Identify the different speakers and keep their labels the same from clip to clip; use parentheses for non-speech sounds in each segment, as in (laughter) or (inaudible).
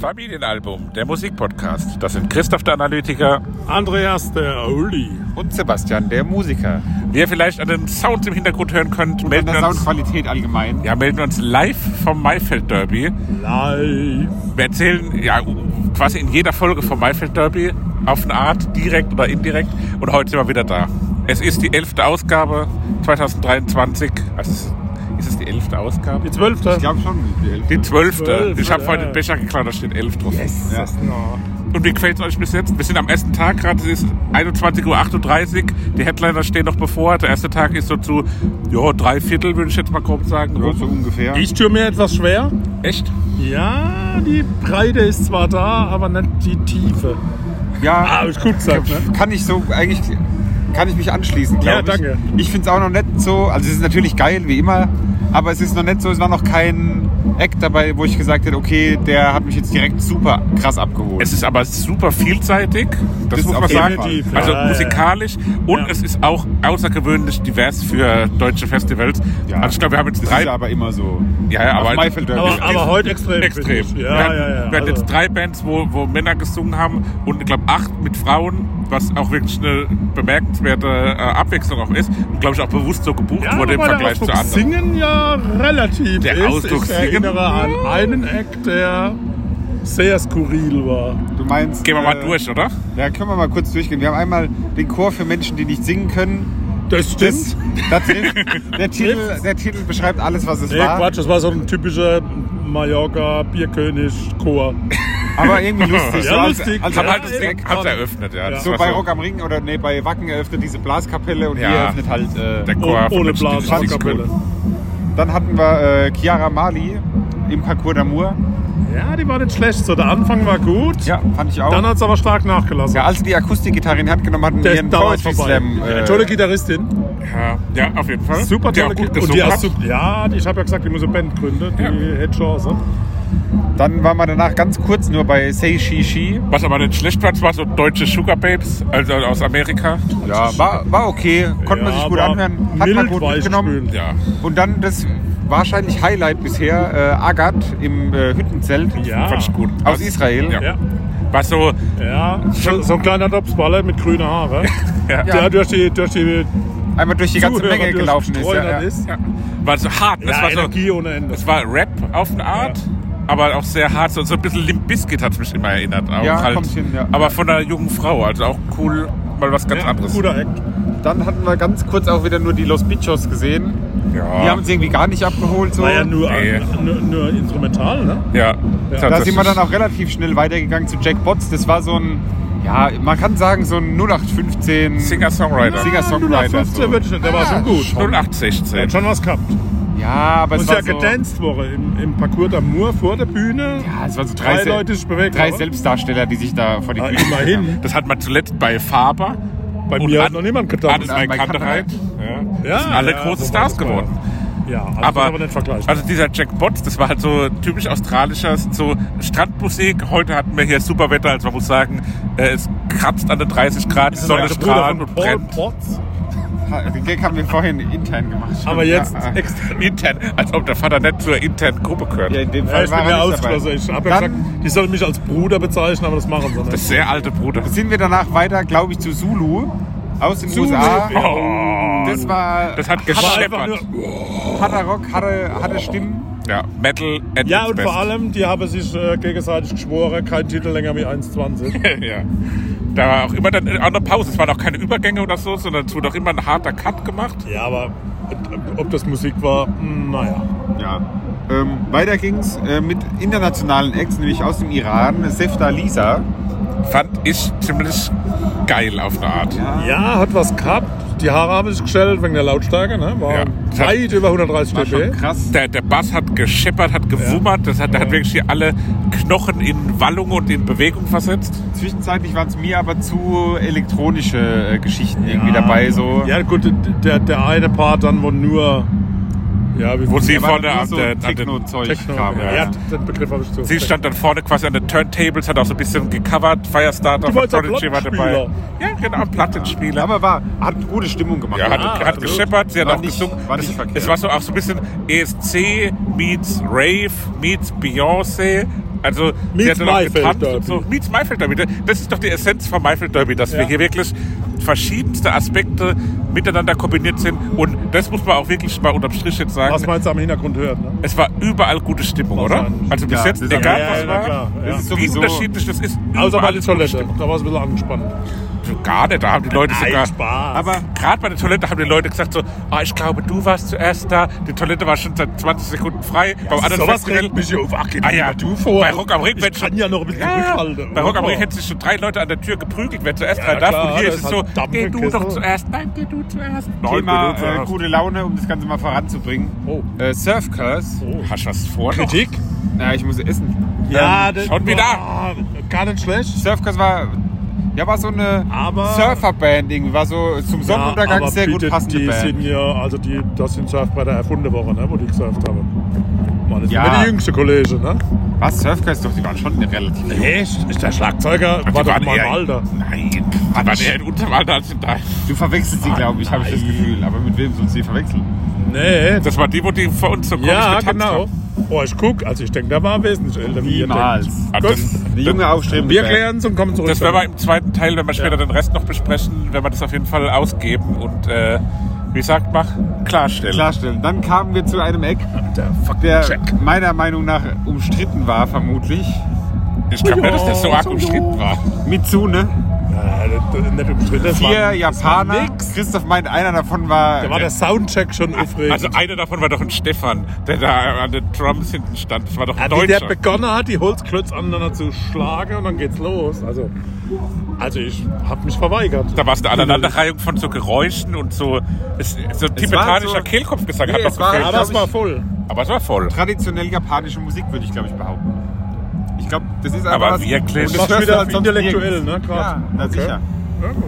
Speaker 1: Familienalbum, der Musikpodcast. Das sind Christoph der Analytiker,
Speaker 2: Andreas der Uli.
Speaker 3: Und Sebastian, der Musiker.
Speaker 1: Wie ihr vielleicht an den Sounds im Hintergrund hören könnt,
Speaker 3: Und an
Speaker 1: melden
Speaker 3: der
Speaker 1: wir, uns,
Speaker 3: Soundqualität allgemein.
Speaker 1: ja, melden wir uns live vom Maifeld Derby.
Speaker 2: Live.
Speaker 1: Wir erzählen ja quasi in jeder Folge vom Maifeld Derby auf eine Art, direkt oder indirekt. Und heute sind wir wieder da. Es ist die elfte Ausgabe 2023. Also es ist- ist es die elfte Ausgabe?
Speaker 2: Die Zwölfte.
Speaker 3: Ich glaube schon, die Elf-
Speaker 1: Die zwölfte.
Speaker 2: Zwölfte,
Speaker 1: Ich habe vorhin
Speaker 2: ja.
Speaker 1: den Becher geklaut, da steht elf drauf.
Speaker 3: Ja.
Speaker 1: Und wie gefällt es euch bis jetzt? Wir sind am ersten Tag gerade, es ist 21.38 Uhr, die Headliner stehen noch bevor. Der erste Tag ist so zu, ja, drei Viertel würde ich jetzt mal grob sagen.
Speaker 3: Ja,
Speaker 1: rum.
Speaker 3: so ungefähr.
Speaker 2: Ich tue mir etwas schwer.
Speaker 1: Echt?
Speaker 2: Ja, die Breite ist zwar da, aber nicht die Tiefe.
Speaker 3: ja,
Speaker 2: hab ich gut gesagt,
Speaker 1: Ah.
Speaker 2: ne?
Speaker 3: kann ich so eigentlich kann ich mich anschließen,
Speaker 2: Ja,
Speaker 3: glaube ich.
Speaker 2: danke.
Speaker 3: Ich finde es auch noch nicht so, also es ist natürlich geil wie immer, aber es ist noch nicht so, es war noch kein Act dabei, wo ich gesagt hätte, okay, der hat mich jetzt direkt super krass abgeholt.
Speaker 1: Es ist aber super vielseitig, das,
Speaker 3: Das
Speaker 1: muss
Speaker 3: auf
Speaker 1: man
Speaker 3: jeden
Speaker 1: sagen.
Speaker 3: Fall.
Speaker 2: Definitiv, ja.
Speaker 1: Also
Speaker 2: Ja, ja.
Speaker 1: musikalisch und
Speaker 2: Ja.
Speaker 1: es ist auch außergewöhnlich divers für deutsche Festivals.
Speaker 3: Ja.
Speaker 1: Also ich glaube, wir haben jetzt
Speaker 3: das
Speaker 1: drei.
Speaker 3: ist ja aber immer so.
Speaker 1: Ja, ja,
Speaker 3: Auf
Speaker 1: aber-
Speaker 3: Maifeld Derby.
Speaker 2: Aber, aber heute extrem.
Speaker 1: Extrem.
Speaker 2: finde ich.
Speaker 1: wir
Speaker 2: Ja,
Speaker 1: hatten,
Speaker 2: ja, ja.
Speaker 1: Wir hatten
Speaker 2: Also,
Speaker 1: jetzt drei Bands, wo, wo Männer gesungen haben und ich glaube acht mit Frauen, was auch wirklich eine bemerkenswerte äh, Abwechslung auch ist und glaube ich auch bewusst so gebucht
Speaker 2: ja,
Speaker 1: wurde im
Speaker 2: wobei
Speaker 1: Vergleich
Speaker 2: der
Speaker 1: zu
Speaker 2: Ausdruck
Speaker 1: anderen.
Speaker 2: Singen ja relativ
Speaker 1: Der
Speaker 2: ist.
Speaker 1: Ausdruck
Speaker 2: ich
Speaker 1: Singen-
Speaker 2: erinnere an einen Act, der sehr skurril war.
Speaker 3: Du meinst.
Speaker 1: Gehen wir mal
Speaker 3: äh,
Speaker 1: durch, oder?
Speaker 3: Ja, können wir mal kurz durchgehen. Wir haben einmal den Chor für Menschen, die nicht singen können.
Speaker 2: Das
Speaker 3: Das, da trifft, der, Titel, der Titel beschreibt alles, was es
Speaker 2: Nee,
Speaker 3: war.
Speaker 2: Quatsch, das war so ein typischer Mallorca-Bierkönig-Chor.
Speaker 3: Aber irgendwie lustig.
Speaker 2: Ja,
Speaker 3: so als-
Speaker 2: lustig.
Speaker 3: als-
Speaker 2: Ja,
Speaker 1: Haben halt das
Speaker 2: eben.
Speaker 1: Ding, haben sie eröffnet, ja.
Speaker 2: Ja.
Speaker 1: Das
Speaker 3: so
Speaker 1: war
Speaker 3: bei Rock am Ring oder nee, bei Wacken eröffnet diese Blaskapelle und
Speaker 1: Ja.
Speaker 3: hier eröffnet halt.
Speaker 1: der Chor
Speaker 3: Äh,
Speaker 1: von
Speaker 2: ohne
Speaker 1: Menschen, die
Speaker 2: Blasen,
Speaker 1: nicht singen
Speaker 2: Kapelle.
Speaker 1: können.
Speaker 3: dann hatten wir äh, Chiara Mali im Parcours d'Amour.
Speaker 2: Ja, die war nicht schlecht. So, der Anfang war gut,
Speaker 3: Ja, fand ich auch.
Speaker 2: dann hat es aber stark nachgelassen.
Speaker 3: ja, als sie die Akustikgitarre in die Hand genommen hat und
Speaker 2: Der
Speaker 3: ihren
Speaker 2: ist dauernd
Speaker 3: Poetry
Speaker 2: vorbei.
Speaker 3: Slam. äh, Hm?
Speaker 2: Eine tolle Gitarristin.
Speaker 1: Ja, ja, auf jeden Fall.
Speaker 2: Super
Speaker 1: Die
Speaker 2: tolle
Speaker 1: auch gut
Speaker 2: Gitarristin. Und die
Speaker 1: gesungen
Speaker 2: hast
Speaker 1: hat.
Speaker 2: du, ja, die- ich habe ja gesagt, die muss eine Band gründen. Die ne?
Speaker 1: Ja.
Speaker 2: hätte Chance.
Speaker 3: Dann waren wir danach ganz kurz nur bei Say She She.
Speaker 1: Was aber nicht schlecht war, es war so deutsche Sugar Babes, also aus Amerika.
Speaker 3: Ja, war, war okay, konnte man
Speaker 2: Ja,
Speaker 3: sich gut
Speaker 2: aber
Speaker 3: anhören, hat
Speaker 2: mild
Speaker 3: man gut
Speaker 2: war ich
Speaker 3: mitgenommen.
Speaker 2: spülen.
Speaker 1: Ja.
Speaker 3: Und dann das wahrscheinlich Highlight bisher, äh, Agat im äh, Hüttenzelt
Speaker 2: Ja.
Speaker 1: Fand ich gut.
Speaker 3: aus Israel.
Speaker 1: Ja.
Speaker 2: Ja.
Speaker 1: War so,
Speaker 2: Ja, so, so ein kleiner Dopsballer mit grünen Haaren.
Speaker 3: (laughs)
Speaker 1: Ja.
Speaker 2: Der durch die, durch die
Speaker 3: Einmal durch die ganze
Speaker 2: Zuhörer
Speaker 3: Menge gelaufen ist. Ja,
Speaker 2: durchstreunert
Speaker 3: ja.
Speaker 2: ist.
Speaker 1: ja, war so hart. ne? Das
Speaker 2: Ja,
Speaker 1: war so,
Speaker 2: Energie ohne Ende.
Speaker 1: Es war Rap auf eine Art, aber auch sehr hart. So, so ein bisschen Limp Bizkit hat mich immer erinnert. Auch halt.
Speaker 3: Ja, kommt hin, ja.
Speaker 1: Aber von einer jungen Frau, also auch cool, mal was ganz
Speaker 2: Ja,
Speaker 1: anderes.
Speaker 2: Guter Act.
Speaker 3: Dann hatten wir ganz kurz auch wieder nur die Los Bichos gesehen.
Speaker 1: Ja.
Speaker 3: Die haben uns irgendwie gar nicht abgeholt. So.
Speaker 2: War ja nur,
Speaker 1: Nee.
Speaker 2: nur, nur instrumental, ne?
Speaker 1: ja.
Speaker 3: da sind wir dann auch relativ schnell weitergegangen zu Jack Botts. Das war so ein, ja, man kann sagen, so ein 0815.
Speaker 1: Singer-Songwriter.
Speaker 3: Singer- Songwriter,
Speaker 2: 15
Speaker 3: so.
Speaker 2: würde ich nicht. Der war schon gut.
Speaker 1: 0816.
Speaker 2: Der hat schon was gehabt.
Speaker 3: Ja, aber
Speaker 2: Und
Speaker 3: es
Speaker 2: ist ja
Speaker 3: war so,
Speaker 2: gedanced worden im, im Parcours d'Amour vor der Bühne.
Speaker 3: ja, es waren so
Speaker 2: Drei
Speaker 3: drei, Se-
Speaker 2: Leute, die sich bewegt
Speaker 3: drei
Speaker 2: haben.
Speaker 3: Selbstdarsteller, die sich da vor die
Speaker 2: Ja,
Speaker 3: Bühne (laughs)
Speaker 2: immerhin.
Speaker 1: Das hat man zuletzt bei Faber.
Speaker 2: Bei
Speaker 1: und
Speaker 2: mir hat
Speaker 1: Ad-
Speaker 2: noch niemand gedacht.
Speaker 1: Alles
Speaker 3: Und
Speaker 1: mein
Speaker 3: Mike
Speaker 1: Kantereit. Ja. Das sind alle
Speaker 2: ja,
Speaker 1: große
Speaker 2: wobei,
Speaker 1: Stars
Speaker 2: das war ja-
Speaker 1: geworden.
Speaker 2: Ja, also aber,
Speaker 1: aber,
Speaker 2: aber nicht vergleichen.
Speaker 1: also dieser Jack Botts, das war halt so typisch australischer, so Strandmusik. Heute hatten wir hier super Wetter, also man muss sagen, äh, es kratzt an den 30 Grad, die
Speaker 2: Das ist
Speaker 1: Sonne
Speaker 2: aber der Bruder
Speaker 1: strahlt
Speaker 2: von
Speaker 1: und
Speaker 2: Paul
Speaker 1: brennt.
Speaker 2: Potts.
Speaker 3: haben. Den Gag haben wir vorhin intern gemacht.
Speaker 2: Aber jetzt
Speaker 3: Ja, ah.
Speaker 2: extra.
Speaker 1: Intern, als ob der Vater nicht zur internen Gruppe gehört.
Speaker 3: ja, in dem
Speaker 2: Ja,
Speaker 3: Fall
Speaker 2: ich
Speaker 3: war
Speaker 2: bin
Speaker 3: er
Speaker 2: ja
Speaker 3: nicht dabei.
Speaker 2: ausgeschlossen. Ich habe ja
Speaker 3: Dann-
Speaker 2: gesagt, die sollen mich als Bruder bezeichnen, aber das machen sie nicht.
Speaker 1: Das sehr alte Bruder.
Speaker 3: sind wir danach weiter, glaube ich, zu Zulu aus den
Speaker 2: Zulu.
Speaker 3: USA.
Speaker 2: Ja.
Speaker 1: Oh,
Speaker 3: Das war
Speaker 1: das hat
Speaker 2: war einfach
Speaker 1: gescheppert.
Speaker 3: harter Rock, harte, harte Stimmen.
Speaker 1: Ja, Metal at
Speaker 2: ja,
Speaker 1: its
Speaker 2: und
Speaker 1: best.
Speaker 2: vor allem, die haben sich äh, gegenseitig geschworen, kein Titel länger wie 1,20.
Speaker 1: (laughs) ja. Da war auch immer dann auch eine Pause. Es waren auch keine Übergänge oder so, sondern es wurde auch immer ein harter Cut gemacht.
Speaker 2: Ja, aber ob das Musik war, mh, naja.
Speaker 3: Ja. Ähm, weiter ging's äh, mit internationalen Acts, nämlich aus dem Iran, Sefta Lisa.
Speaker 1: Fand ich ziemlich geil auf eine Art.
Speaker 2: Ja, hat was gehabt. Die Haare haben sich gestellt wegen der Lautstärke, ne? War
Speaker 1: Ja.
Speaker 2: weit über 130
Speaker 3: War schon
Speaker 2: dB.
Speaker 3: krass.
Speaker 1: Der, der Bass hat gescheppert, hat gewummert. Das hat, der hat wirklich hier alle Knochen in Wallung und in Bewegung versetzt.
Speaker 3: Zwischenzeitlich waren es mir aber zu elektronische äh, Geschichten irgendwie dabei. So.
Speaker 2: Ah. Ja, gut, der, der eine Part dann, wo nur. Ja, wie
Speaker 1: Wo sie
Speaker 3: Da war
Speaker 1: vorne
Speaker 3: nur
Speaker 1: an
Speaker 3: so
Speaker 1: der, an den,
Speaker 3: Techno-Zeug
Speaker 2: Techno.
Speaker 3: kam.
Speaker 2: Ja,
Speaker 3: Ja.
Speaker 2: den Begriff habe ich zu.
Speaker 1: Sie stand dann vorne quasi an den Turntables, hat auch so ein bisschen gecovert. Firestarter
Speaker 2: Du
Speaker 1: von
Speaker 2: wolltest auch
Speaker 1: Prodigy war dabei.
Speaker 2: Plattenspieler.
Speaker 1: Ja, genau, Plattenspieler.
Speaker 3: Aber war, hat gute Stimmung gemacht.
Speaker 1: Ja, hat,
Speaker 2: Ah,
Speaker 1: hat
Speaker 2: also
Speaker 1: gescheppert, sie hat
Speaker 3: war
Speaker 1: auch
Speaker 3: nicht-
Speaker 1: gesungen.
Speaker 3: war
Speaker 1: es,
Speaker 3: nicht verkehrt.
Speaker 1: E es war so auch so ein bisschen ESC meets Rave meets Beyoncé Also, sie
Speaker 2: Meets
Speaker 1: hat dann auch
Speaker 2: Maifeld
Speaker 1: getanzt und
Speaker 2: Derby.
Speaker 1: So, Meets Maifeld Derby. Das ist doch die Essenz von Maifeld Derby, dass wir
Speaker 2: Ja.
Speaker 1: hier wirklich verschiedenste Aspekte miteinander kombiniert sind. Und das muss man auch wirklich mal unterm Strich jetzt sagen.
Speaker 2: Was man jetzt am Hintergrund hört. Ne?
Speaker 1: Es war überall gute Stimmung, oder?
Speaker 2: Wahrscheinlich.
Speaker 1: Also bis
Speaker 3: Ja,
Speaker 1: jetzt,
Speaker 3: das ist
Speaker 1: egal
Speaker 2: ja,
Speaker 1: was
Speaker 2: ja,
Speaker 1: war,
Speaker 2: klar, ja.
Speaker 1: es ist wie
Speaker 3: Sowieso.
Speaker 1: unterschiedlich das ist.
Speaker 2: Außer bei
Speaker 1: überall
Speaker 2: der Toilette. Da war es ein bisschen angespannt.
Speaker 1: gute- Gar nicht, da haben die Leute sogar...
Speaker 2: Spaß.
Speaker 3: Aber
Speaker 1: Gerade bei der Toilette haben die Leute gesagt so, ah, ich glaube, du warst zuerst da. Die Toilette war schon seit 20 Sekunden frei. Beim anderen
Speaker 2: sowas
Speaker 1: Festival...
Speaker 2: regt mich auf. Ach, geh doch
Speaker 1: Ah ja,
Speaker 2: lieber du vor.
Speaker 1: bei Rock am Ring...
Speaker 2: Ich
Speaker 1: wenn
Speaker 2: kann
Speaker 1: schon-
Speaker 2: ja noch ein bisschen zurückhalten.
Speaker 1: Bei Rock am Ring
Speaker 2: Oh.
Speaker 1: hätten sich schon drei Leute an der Tür geprügelt, wer zuerst
Speaker 2: Ja,
Speaker 1: rein darf.
Speaker 2: klar,
Speaker 1: Und hier
Speaker 2: das
Speaker 1: ist
Speaker 2: ist
Speaker 1: es so,
Speaker 2: halt
Speaker 1: geh du doch
Speaker 2: Dampfkessel.
Speaker 1: zuerst. Nein, geh du zuerst. Nein,
Speaker 3: Thema
Speaker 1: geh du
Speaker 3: äh,
Speaker 1: zuerst.
Speaker 3: gute Laune, um das Ganze mal voranzubringen.
Speaker 2: Oh.
Speaker 3: Äh, Surf Curse.
Speaker 1: Hast du was vor noch?
Speaker 2: Kritik?
Speaker 3: Na, ich muss essen.
Speaker 2: Ja,
Speaker 1: das- schaut mir da.
Speaker 2: Gar nicht schlecht.
Speaker 3: Surf Curse war. Ja, war so eine
Speaker 2: Aber-
Speaker 3: Surferband irgendwie. War so zum Sonnenuntergang
Speaker 2: aber
Speaker 3: sehr gut
Speaker 2: bitte,
Speaker 3: passende
Speaker 2: die
Speaker 3: Band.
Speaker 2: sind ja, also die, das sind Surfbretter erfunden worden, ne, wo die gesurft haben. Man, das
Speaker 3: Ja.
Speaker 2: sind ja die jüngste Kollege, ne?
Speaker 3: Was? Surf Curse? Doch, die waren schon relativ.
Speaker 2: Echt? Ist der Schlagzeuger?
Speaker 1: Die
Speaker 2: war doch
Speaker 1: waren
Speaker 2: in meinem
Speaker 1: eher-
Speaker 2: Alter.
Speaker 1: Nein, die waren eher in unserem Alter als in deinem.
Speaker 3: Du verwechselst sie, glaube ich, habe ich das
Speaker 2: nein.
Speaker 3: Gefühl. Aber mit wem sollst du sie verwechseln?
Speaker 2: Nee,
Speaker 1: Das war die, wo die vor uns so komisch
Speaker 2: ja,
Speaker 1: getanzt
Speaker 2: genau.
Speaker 1: haben.
Speaker 2: Oh, ich guck, also ich denke, da war wesentlich älter wie ihr denkt.
Speaker 1: Ah,
Speaker 2: Gut.
Speaker 1: das-
Speaker 3: Eine junge aufstrebende
Speaker 2: Wir
Speaker 3: Band.
Speaker 2: klären es und kommen zurück.
Speaker 1: Das werden wir im zweiten Teil, wenn wir später den Rest noch besprechen, werden wir das auf jeden Fall ausgeben und, äh, wie sagt man, klarstellen.
Speaker 3: Klarstellen. Dann kamen wir zu einem Eck,
Speaker 2: der fuck Äh,
Speaker 3: der
Speaker 2: Check.
Speaker 3: meiner Meinung nach umstritten war, vermutlich.
Speaker 1: Ich glaube nicht, dass das so arg
Speaker 2: so
Speaker 1: umstritten
Speaker 2: doof.
Speaker 1: war.
Speaker 3: Mitsune.
Speaker 2: Ja, das- das- nicht umstritten. das
Speaker 3: Vier
Speaker 2: war-
Speaker 3: Japaner. Christoph meint, einer davon war.
Speaker 2: Da war der Soundcheck schon
Speaker 3: Ah,
Speaker 2: aufregend.
Speaker 1: Also einer davon war doch ein Stefan, der da an den Drums hinten stand. Das war doch ein
Speaker 3: Ah,
Speaker 2: Wie der
Speaker 1: Deutscher.
Speaker 2: begonnen hat, die Holzklötze aneinander zu schlagen und dann geht's los. Also, also ich habe mich verweigert.
Speaker 1: Da war es eine Aneinanderreihung von so Geräuschen und so, es, so tibetanischer
Speaker 3: so-
Speaker 1: Kehlkopfgesang
Speaker 3: Nee,
Speaker 1: hat doch
Speaker 3: es war-
Speaker 1: gefehlt.
Speaker 2: Aber
Speaker 3: glaub
Speaker 2: das war
Speaker 3: ich-
Speaker 2: voll.
Speaker 1: Aber es war voll.
Speaker 3: traditionell japanische Musik, würde ich glaube ich behaupten. Ich glaube, das ist einfach
Speaker 1: Aber
Speaker 3: was,
Speaker 1: wirklich?
Speaker 3: Und
Speaker 1: Das
Speaker 3: das
Speaker 2: macht
Speaker 3: hörst
Speaker 2: wieder
Speaker 3: du halt sonst
Speaker 2: intellektuell, ne?
Speaker 3: nirgends. Ja,
Speaker 2: grad.
Speaker 3: na
Speaker 2: Okay.
Speaker 3: sicher.
Speaker 2: Ja, gut.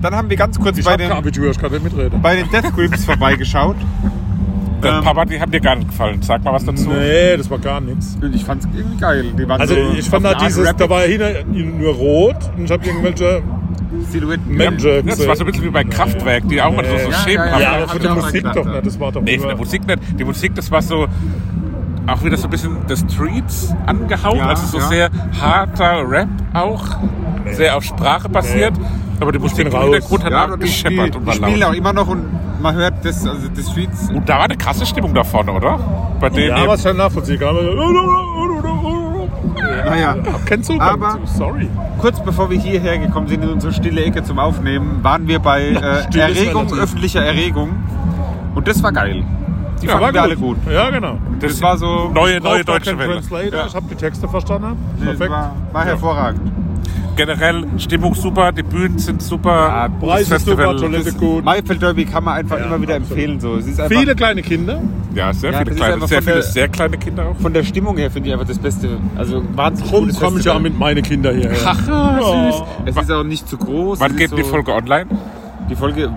Speaker 3: Dann haben wir ganz kurz
Speaker 2: Ich
Speaker 3: bei
Speaker 2: habe kein
Speaker 3: den,
Speaker 2: Abitur, ich kann nicht mitreden.
Speaker 3: bei den Death
Speaker 2: (laughs)
Speaker 3: Grips vorbeigeschaut.
Speaker 1: Ähm,
Speaker 3: Ähm,
Speaker 1: Papa, die haben dir gar nicht gefallen. Sag mal was dazu.
Speaker 2: Nee, das war gar nichts.
Speaker 3: Und ich fand's irgendwie geil. Die waren
Speaker 2: Also
Speaker 3: so
Speaker 2: ich fand
Speaker 3: auf
Speaker 2: da
Speaker 3: eine Art
Speaker 2: dieses,
Speaker 3: Rapid
Speaker 2: da war hinter nur rot und ich habe irgendwelche
Speaker 3: Silhouetten.
Speaker 2: Menschen
Speaker 3: Ja.
Speaker 2: gesehen.
Speaker 1: Das war so ein bisschen wie bei Kraftwerk, die auch mal so, so
Speaker 3: Ja,
Speaker 1: Schemen
Speaker 3: ja,
Speaker 1: haben.
Speaker 2: Ja, aber
Speaker 3: Hab
Speaker 2: von
Speaker 3: ich
Speaker 2: der
Speaker 3: auch mal
Speaker 2: Musik
Speaker 3: gedacht,
Speaker 2: doch
Speaker 3: ja.
Speaker 2: nicht, das war doch
Speaker 1: Nee, von der
Speaker 2: nur-
Speaker 1: Musik nicht. Die Musik, das war so auch wieder so ein bisschen The Streets angehaucht,
Speaker 3: Ja,
Speaker 1: also so
Speaker 3: ja.
Speaker 1: sehr harter Rap auch, sehr auf Sprache basiert. Aber die Musik im
Speaker 2: raus.
Speaker 1: Hintergrund hat
Speaker 3: Ja,
Speaker 1: auch
Speaker 3: und die, die,
Speaker 1: gescheppert und
Speaker 3: die
Speaker 1: war
Speaker 3: spielen
Speaker 1: laut.
Speaker 3: auch immer noch und man hört das, also das Streets.
Speaker 1: Und da war eine krasse Stimmung da vorne, oder? Bei dem
Speaker 2: Ja, halt
Speaker 1: eben-
Speaker 2: aber es ist ja nachvollziehbar.
Speaker 3: Naja.
Speaker 2: Kennst du?
Speaker 3: Aber-
Speaker 2: Sorry.
Speaker 3: Kurz bevor wir hierher gekommen sind, in unsere stille Ecke zum Aufnehmen, waren wir bei äh,
Speaker 2: still ist
Speaker 3: Erregung,
Speaker 2: relativ.
Speaker 3: öffentlicher Erregung. Und das war geil. Die
Speaker 1: Ja,
Speaker 3: fanden
Speaker 1: war
Speaker 3: wir alle gut.
Speaker 2: Ja, genau.
Speaker 3: Das, war so.
Speaker 1: neue, neue
Speaker 2: Braucht gar
Speaker 1: deutsche
Speaker 2: keinen
Speaker 1: Welle.
Speaker 2: Translator.
Speaker 3: Ja.
Speaker 2: Ich habe die Texte verstanden. Perfekt.
Speaker 3: War, war hervorragend.
Speaker 1: Generell Stimmung super, die Bühnen sind super.
Speaker 3: Ja,
Speaker 1: das
Speaker 2: Preis ist super,
Speaker 1: Festival-
Speaker 2: Toilette gut.
Speaker 3: Maifeld Derby kann man einfach
Speaker 2: Ja,
Speaker 3: immer wieder
Speaker 2: absolut.
Speaker 3: empfehlen. So. Es ist einfach,
Speaker 2: Viele kleine Kinder.
Speaker 1: Ja, sehr
Speaker 3: Ja,
Speaker 1: viele
Speaker 3: das ist
Speaker 1: kleine,
Speaker 3: einfach
Speaker 1: sehr
Speaker 3: von
Speaker 1: viele
Speaker 3: der-
Speaker 1: sehr kleine Kinder auch.
Speaker 3: von der Stimmung her finde ich einfach das Beste. Also wahnsinnig
Speaker 2: Drum
Speaker 3: gutes
Speaker 2: komme ich ja
Speaker 3: Festival.
Speaker 2: mit meinen Kindern hierher.
Speaker 3: Haha, süß.
Speaker 2: Ja.
Speaker 3: Es ist auch nicht zu groß. es
Speaker 1: Wann
Speaker 3: ist
Speaker 1: geht
Speaker 3: so,
Speaker 1: die Folge online?
Speaker 3: Die Folge,
Speaker 2: Ja,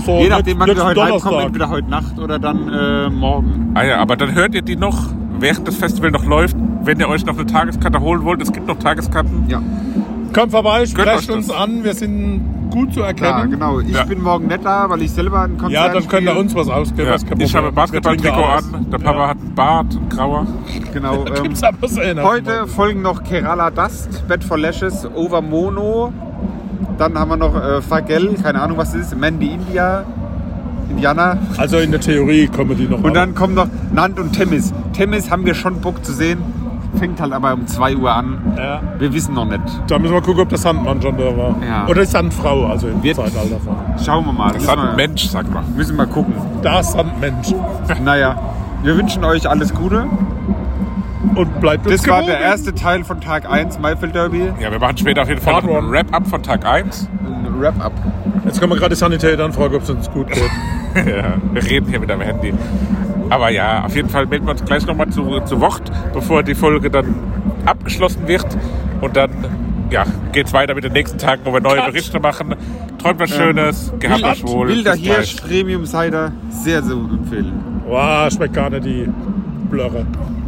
Speaker 2: so
Speaker 3: je nachdem,
Speaker 2: nächsten
Speaker 3: wann wir heute reinkommen,
Speaker 2: Donnerstag.
Speaker 3: entweder heute Nacht oder dann äh, morgen.
Speaker 1: Ah ja, aber dann hört ihr die noch, während das Festival noch läuft, wenn ihr euch noch eine Tageskarte holen wollt. Es gibt noch Tageskarten.
Speaker 3: Ja,
Speaker 2: Kommt vorbei,
Speaker 1: euch
Speaker 2: sprecht
Speaker 1: das.
Speaker 2: uns an. Wir sind gut zu
Speaker 3: ja
Speaker 2: erkennen.
Speaker 3: genau. Ich
Speaker 1: Ja.
Speaker 3: bin morgen nicht da, weil ich selber ein Konzert
Speaker 2: Ja, dann könnt ihr
Speaker 3: spiele.
Speaker 2: uns was ausgeben.
Speaker 1: Ja,
Speaker 2: das ist kein
Speaker 1: ich habe ein
Speaker 2: Problem. Wir trinken
Speaker 1: Basketballtrikot
Speaker 2: alles.
Speaker 1: an, der Papa
Speaker 2: Ja.
Speaker 1: hat einen Bart, einen grauer.
Speaker 3: Genau.
Speaker 2: Da (laughs)
Speaker 3: Ähm,
Speaker 2: gibt's aber so einen.
Speaker 3: heute folgen noch Kerala Dust, Bed for Lashes, Over Mono. Dann haben wir noch äh, Fagel, keine Ahnung was es ist, Mandy India, Indiana.
Speaker 2: Also in der Theorie kommen die noch
Speaker 3: Und dann kommen noch Nand und Temis. Temis haben wir schon Bock zu sehen. Fängt halt aber um 2 Uhr an.
Speaker 2: Ja.
Speaker 3: Wir wissen noch nicht.
Speaker 2: Da müssen wir gucken, ob der Sandmann schon da war.
Speaker 3: Ja.
Speaker 2: Oder die Sandfrau, also im
Speaker 3: Wird-
Speaker 2: Zeitalter von.
Speaker 3: Schauen wir mal.
Speaker 1: Das
Speaker 3: Müssen
Speaker 1: hat ein
Speaker 3: wir-
Speaker 1: Mensch, sag mal.
Speaker 3: Müssen wir gucken. (laughs)
Speaker 2: Da ist Sandmensch.
Speaker 3: Naja, wir wünschen euch alles Gute.
Speaker 2: Und bleibt uns
Speaker 3: Das war
Speaker 2: gewogen.
Speaker 3: der erste Teil von Tag 1 Maifeld Derby.
Speaker 1: Ja, wir machen später auf jeden Fall
Speaker 2: Part
Speaker 1: noch einen
Speaker 2: one.
Speaker 1: Wrap-up von Tag 1.
Speaker 3: Ein Wrap-up.
Speaker 2: Jetzt können wir gerade die Sanitäter anfragen, ob es uns gut
Speaker 1: (laughs)
Speaker 2: geht.
Speaker 1: Ja, wir reden hier mit dem Handy. Aber ja, auf jeden Fall melden wir uns gleich nochmal zu, zu Wort, bevor die Folge dann abgeschlossen wird. Und dann ja, geht's weiter mit den nächsten Tagen, wo wir neue
Speaker 2: Cut.
Speaker 1: Berichte machen. Träumt was Schönes, gehabt euch wohl.
Speaker 3: Wilder
Speaker 1: bis gleich.
Speaker 3: Hirsch, Premium Cider, sehr zu empfehlen.
Speaker 2: Wow, schmeckt gar nicht die Blöre.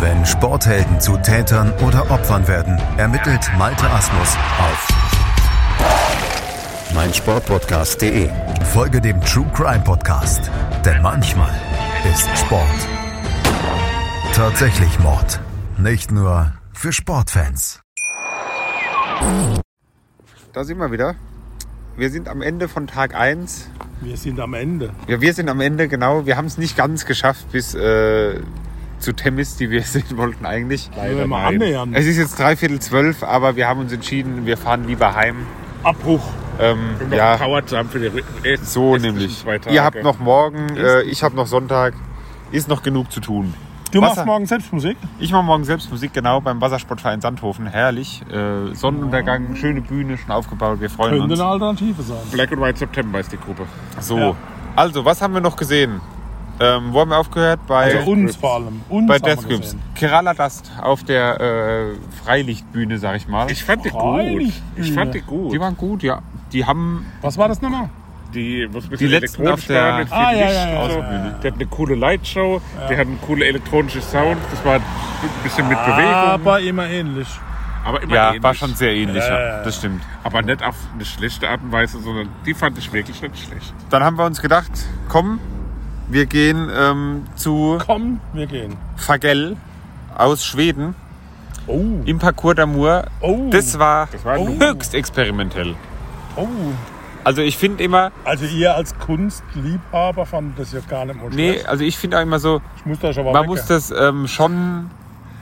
Speaker 4: Wenn Sporthelden zu Tätern oder Opfern werden, ermittelt Malte Asmus auf meinsportpodcast.de. Folge dem True Crime Podcast, denn manchmal ist Sport tatsächlich Mord. Nicht nur für Sportfans.
Speaker 3: Da sind wir wieder. Wir sind am Ende von Tag 1.
Speaker 2: Wir sind am Ende.
Speaker 3: Ja, wir sind am Ende, genau. Wir haben es nicht ganz geschafft bis äh, zu Temis, die wir (laughs) sehen wollten eigentlich.
Speaker 2: Wenn wir
Speaker 1: nein.
Speaker 2: annähern.
Speaker 3: Es ist jetzt dreiviertel zwölf, aber wir haben uns entschieden, wir fahren lieber heim.
Speaker 2: Abbruch.
Speaker 3: Ähm,
Speaker 1: Und noch
Speaker 3: ja,
Speaker 1: Power Jump für die Ri-
Speaker 3: so
Speaker 1: restlichen
Speaker 3: nämlich.
Speaker 1: Zwei Tage.
Speaker 3: Ihr habt noch morgen, äh, ich habe noch Sonntag. Ist noch genug zu tun.
Speaker 2: Du
Speaker 3: Wasser.
Speaker 2: machst morgen selbst Musik?
Speaker 3: Ich mache morgen selbst Musik, genau, beim Wassersportverein Sandhofen. Herrlich. Äh, Sonnenuntergang, schöne Bühne, schon aufgebaut. Wir freuen
Speaker 2: Könnte
Speaker 3: uns.
Speaker 2: eine Alternative sein.
Speaker 1: Black and White September ist die Gruppe.
Speaker 3: So.
Speaker 2: Ja.
Speaker 3: Also, was haben wir noch gesehen? Ähm, wo haben wir aufgehört? Bei,
Speaker 2: Also uns vor allem. Uns
Speaker 3: bei
Speaker 2: haben wir
Speaker 3: Death Grips.
Speaker 2: gesehen.
Speaker 3: Kerala Dust auf der äh, Freilichtbühne, sag ich mal.
Speaker 1: Ich fand die gut.
Speaker 2: Freilich.
Speaker 1: Ich fand die gut.
Speaker 3: die waren gut, ja. Die haben
Speaker 2: Was war das nochmal?
Speaker 1: Die, muss ein
Speaker 3: Die
Speaker 1: bisschen
Speaker 3: letzten
Speaker 1: elektronisch
Speaker 3: auf der-
Speaker 1: waren mit viel
Speaker 2: Ah, ja,
Speaker 1: Licht
Speaker 2: ja, ja,
Speaker 1: und so.
Speaker 2: ja, ja.
Speaker 1: Die hatten eine coole Lightshow, die hatten einen coolen elektronischen Sound. Das war ein bisschen
Speaker 2: Ah,
Speaker 1: mit Bewegung.
Speaker 2: Aber immer ähnlich.
Speaker 1: Aber immer
Speaker 3: Ja,
Speaker 1: ähnlich.
Speaker 3: war schon sehr ähnlich,
Speaker 2: Ja,
Speaker 3: ja,
Speaker 2: ja, ja.
Speaker 3: das stimmt.
Speaker 1: Aber nicht auf eine schlechte Art und Weise, sondern die fand ich wirklich nicht schlecht.
Speaker 3: Dann haben wir uns gedacht, komm, wir gehen ähm, zu
Speaker 2: Komm, wir gehen.
Speaker 3: Fagell aus Schweden
Speaker 2: Oh,
Speaker 3: im Parcours d'Amour.
Speaker 2: Oh.
Speaker 3: Das war,
Speaker 1: war ein
Speaker 3: höchst experimentell.
Speaker 2: oh.
Speaker 3: Also ich finde immer,
Speaker 2: Also ihr als Kunstliebhaber fandet das ja Oh, gar nicht mal
Speaker 3: nee,
Speaker 2: schlecht.
Speaker 3: also ich finde auch immer so,
Speaker 2: Ich muss da schon mal
Speaker 3: man
Speaker 2: weg.
Speaker 3: muss das ähm, schon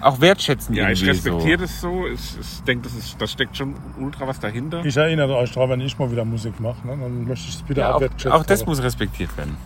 Speaker 3: auch wertschätzen.
Speaker 1: Ja, ich
Speaker 3: irgendwie
Speaker 1: respektiere das so. Ich, ich denke, das, ist- da steckt schon ultra was dahinter.
Speaker 2: Ich erinnere euch daran, wenn ich mal wieder Musik mache, ne? dann möchte ich es bitte
Speaker 3: so. Ja,
Speaker 2: auch
Speaker 3: auch,
Speaker 2: wertgeschätzt
Speaker 3: auch das
Speaker 2: haben.
Speaker 3: muss respektiert werden.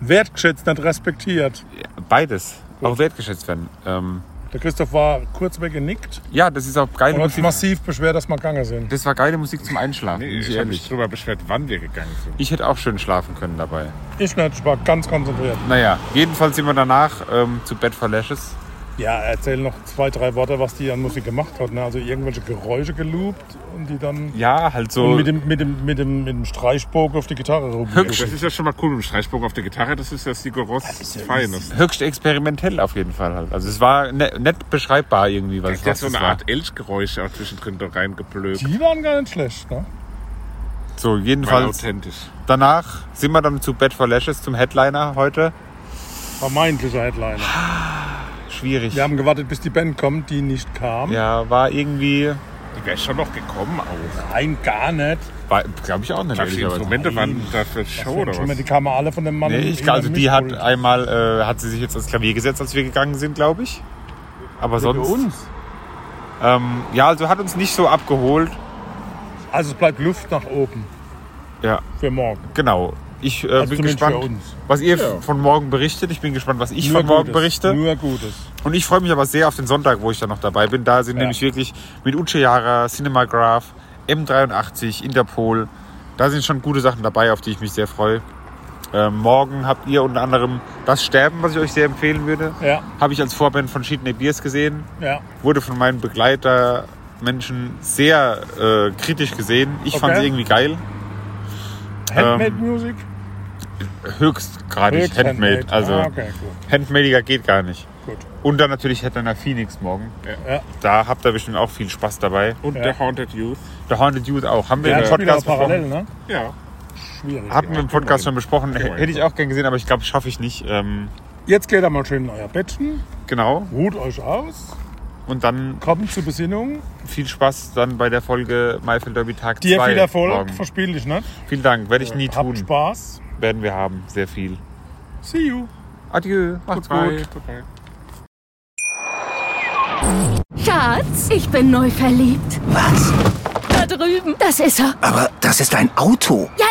Speaker 2: Wertgeschätzt, nicht respektiert.
Speaker 3: Ja, Beides. Auch wertgeschätzt werden. Ähm,
Speaker 2: Der Christoph war kurz weggenickt
Speaker 3: ja, das ist auch geile
Speaker 2: und hat sich
Speaker 3: Musik.
Speaker 2: massiv beschwert, dass wir gegangen sind.
Speaker 3: Das war geile Musik zum Einschlafen,
Speaker 1: Nee,
Speaker 3: bin ich
Speaker 1: ich habe mich
Speaker 3: ehrlich.
Speaker 1: darüber beschwert, wann wir gegangen sind.
Speaker 3: Ich hätte auch schön schlafen können dabei.
Speaker 2: Ich nicht, ich war ganz konzentriert.
Speaker 3: Naja, jedenfalls sind wir danach ähm, zu Bed for Lashes.
Speaker 2: Ja, erzähl noch zwei, drei Worte, was die an Musik gemacht hat. Ne? Also irgendwelche Geräusche geloopt und die dann
Speaker 3: Ja, halt so.
Speaker 2: und mit, dem, mit, dem, mit, dem, mit dem Streichbogen auf die Gitarre
Speaker 1: Das
Speaker 2: rumgeschickt.
Speaker 1: ist ja schon mal cool mit dem Streichbogen auf der Gitarre. Das ist ja Sigur Ross Feines.
Speaker 3: höchst experimentell auf jeden Fall halt. Also es war ne, nett beschreibbar irgendwie, was,
Speaker 1: Ich hat
Speaker 3: was
Speaker 1: so
Speaker 3: das
Speaker 1: eine
Speaker 3: war.
Speaker 1: Art Elchgeräusche auch zwischendrin da reingeblökt.
Speaker 2: Die waren gar nicht schlecht. Ne?
Speaker 3: So,
Speaker 1: War
Speaker 3: jedenfalls
Speaker 1: authentisch.
Speaker 3: danach sind wir dann zu Bed for Lashes zum Headliner heute.
Speaker 2: Vermeintlicher Headliner.
Speaker 3: Ah, Schwierig.
Speaker 2: Wir haben gewartet, bis die Band kommt, die nicht kam.
Speaker 3: ja, war irgendwie.
Speaker 1: Die wäre schon noch gekommen auch.
Speaker 2: Nein, gar nicht.
Speaker 3: War, glaube ich auch nicht.
Speaker 1: Wie viele
Speaker 3: ehrlicherweise.
Speaker 1: Instrumente waren da für Show oder
Speaker 2: Schon mal,
Speaker 1: was?
Speaker 2: die kamen alle von dem Mann.
Speaker 3: Nee,
Speaker 2: mit
Speaker 3: ich,
Speaker 2: dem
Speaker 3: also die hat
Speaker 2: Mischpult.
Speaker 3: einmal äh, hat sie sich jetzt ans Klavier gesetzt, als wir gegangen sind, glaube ich. Aber sonst.
Speaker 2: uns?
Speaker 3: Ähm, ja, also hat uns nicht so abgeholt.
Speaker 2: Also es bleibt Luft nach oben
Speaker 3: Ja,
Speaker 2: für morgen.
Speaker 3: genau. Ich äh,
Speaker 2: Also
Speaker 3: bin
Speaker 2: zumindest
Speaker 3: gespannt,
Speaker 2: für uns.
Speaker 3: was ihr von morgen berichtet. Ich bin gespannt, was ich
Speaker 2: Nur
Speaker 3: von morgen
Speaker 2: Gutes,
Speaker 3: berichte.
Speaker 2: Nur Gutes.
Speaker 3: Und ich freue mich aber sehr auf den Sonntag, wo ich dann noch dabei bin. Da sind nämlich wirklich mit Uchihara, Cinemagraph, M83, Interpol. Da sind schon gute Sachen dabei, auf die ich mich sehr freue. Ähm, morgen habt ihr unter anderem Das Sterben, was ich euch sehr empfehlen würde.
Speaker 2: Ja.
Speaker 3: Habe ich als Vorband von Sheet Beers gesehen.
Speaker 2: Ja.
Speaker 3: Wurde von meinen Begleitermenschen sehr äh, kritisch gesehen. Ich fand sie
Speaker 2: Okay.
Speaker 3: irgendwie geil.
Speaker 2: Handmade Music?
Speaker 3: Höchstgradig
Speaker 2: Höchst
Speaker 3: Ähm, handmade. Also
Speaker 2: Ah, okay, cool.
Speaker 3: handmadiger geht gar nicht.
Speaker 2: Gut.
Speaker 3: Und dann natürlich Headliner Phoenix morgen.
Speaker 2: Ja.
Speaker 3: Da habt ihr bestimmt auch viel Spaß dabei.
Speaker 1: Und der Haunted Youth.
Speaker 3: The Haunted Youth auch. Haben wir
Speaker 2: Ja,
Speaker 3: im
Speaker 2: spielt aber
Speaker 3: Podcast
Speaker 2: parallel,
Speaker 3: besprochen.
Speaker 2: ne?
Speaker 1: Ja.
Speaker 2: Schwierig.
Speaker 3: Hatten wir im Podcast schon besprochen.
Speaker 1: Immerhin.
Speaker 3: Hätte ich auch gern gesehen, aber ich glaube, schaffe ich nicht. Ähm,
Speaker 2: Jetzt geht ihr mal schön in euer Bettchen,
Speaker 3: genau.
Speaker 2: ruht euch aus,
Speaker 3: Und dann
Speaker 2: kommt zur Besinnung.
Speaker 3: viel Spaß dann bei der Folge Maifeld Derby Tag
Speaker 2: Dir
Speaker 3: 2.
Speaker 2: viel Erfolg,
Speaker 3: morgen.
Speaker 2: verspiel dich nicht.
Speaker 3: Vielen Dank. Werde ich nie
Speaker 2: Habt
Speaker 3: tun.
Speaker 2: Spaß.
Speaker 3: Werden wir haben. Sehr viel.
Speaker 2: See you.
Speaker 3: Adieu. Macht's gut.
Speaker 1: Goodbye.
Speaker 5: Schatz, ich bin neu verliebt.
Speaker 6: Was?
Speaker 5: Da drüben. Das ist er.
Speaker 6: Aber das ist ein Auto.
Speaker 5: Ja,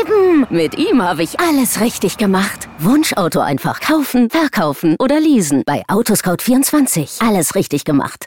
Speaker 5: eben. Mit ihm habe ich alles richtig gemacht. Wunschauto einfach kaufen, verkaufen oder leasen. Bei Autoscout24. Alles richtig gemacht.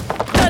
Speaker 5: Da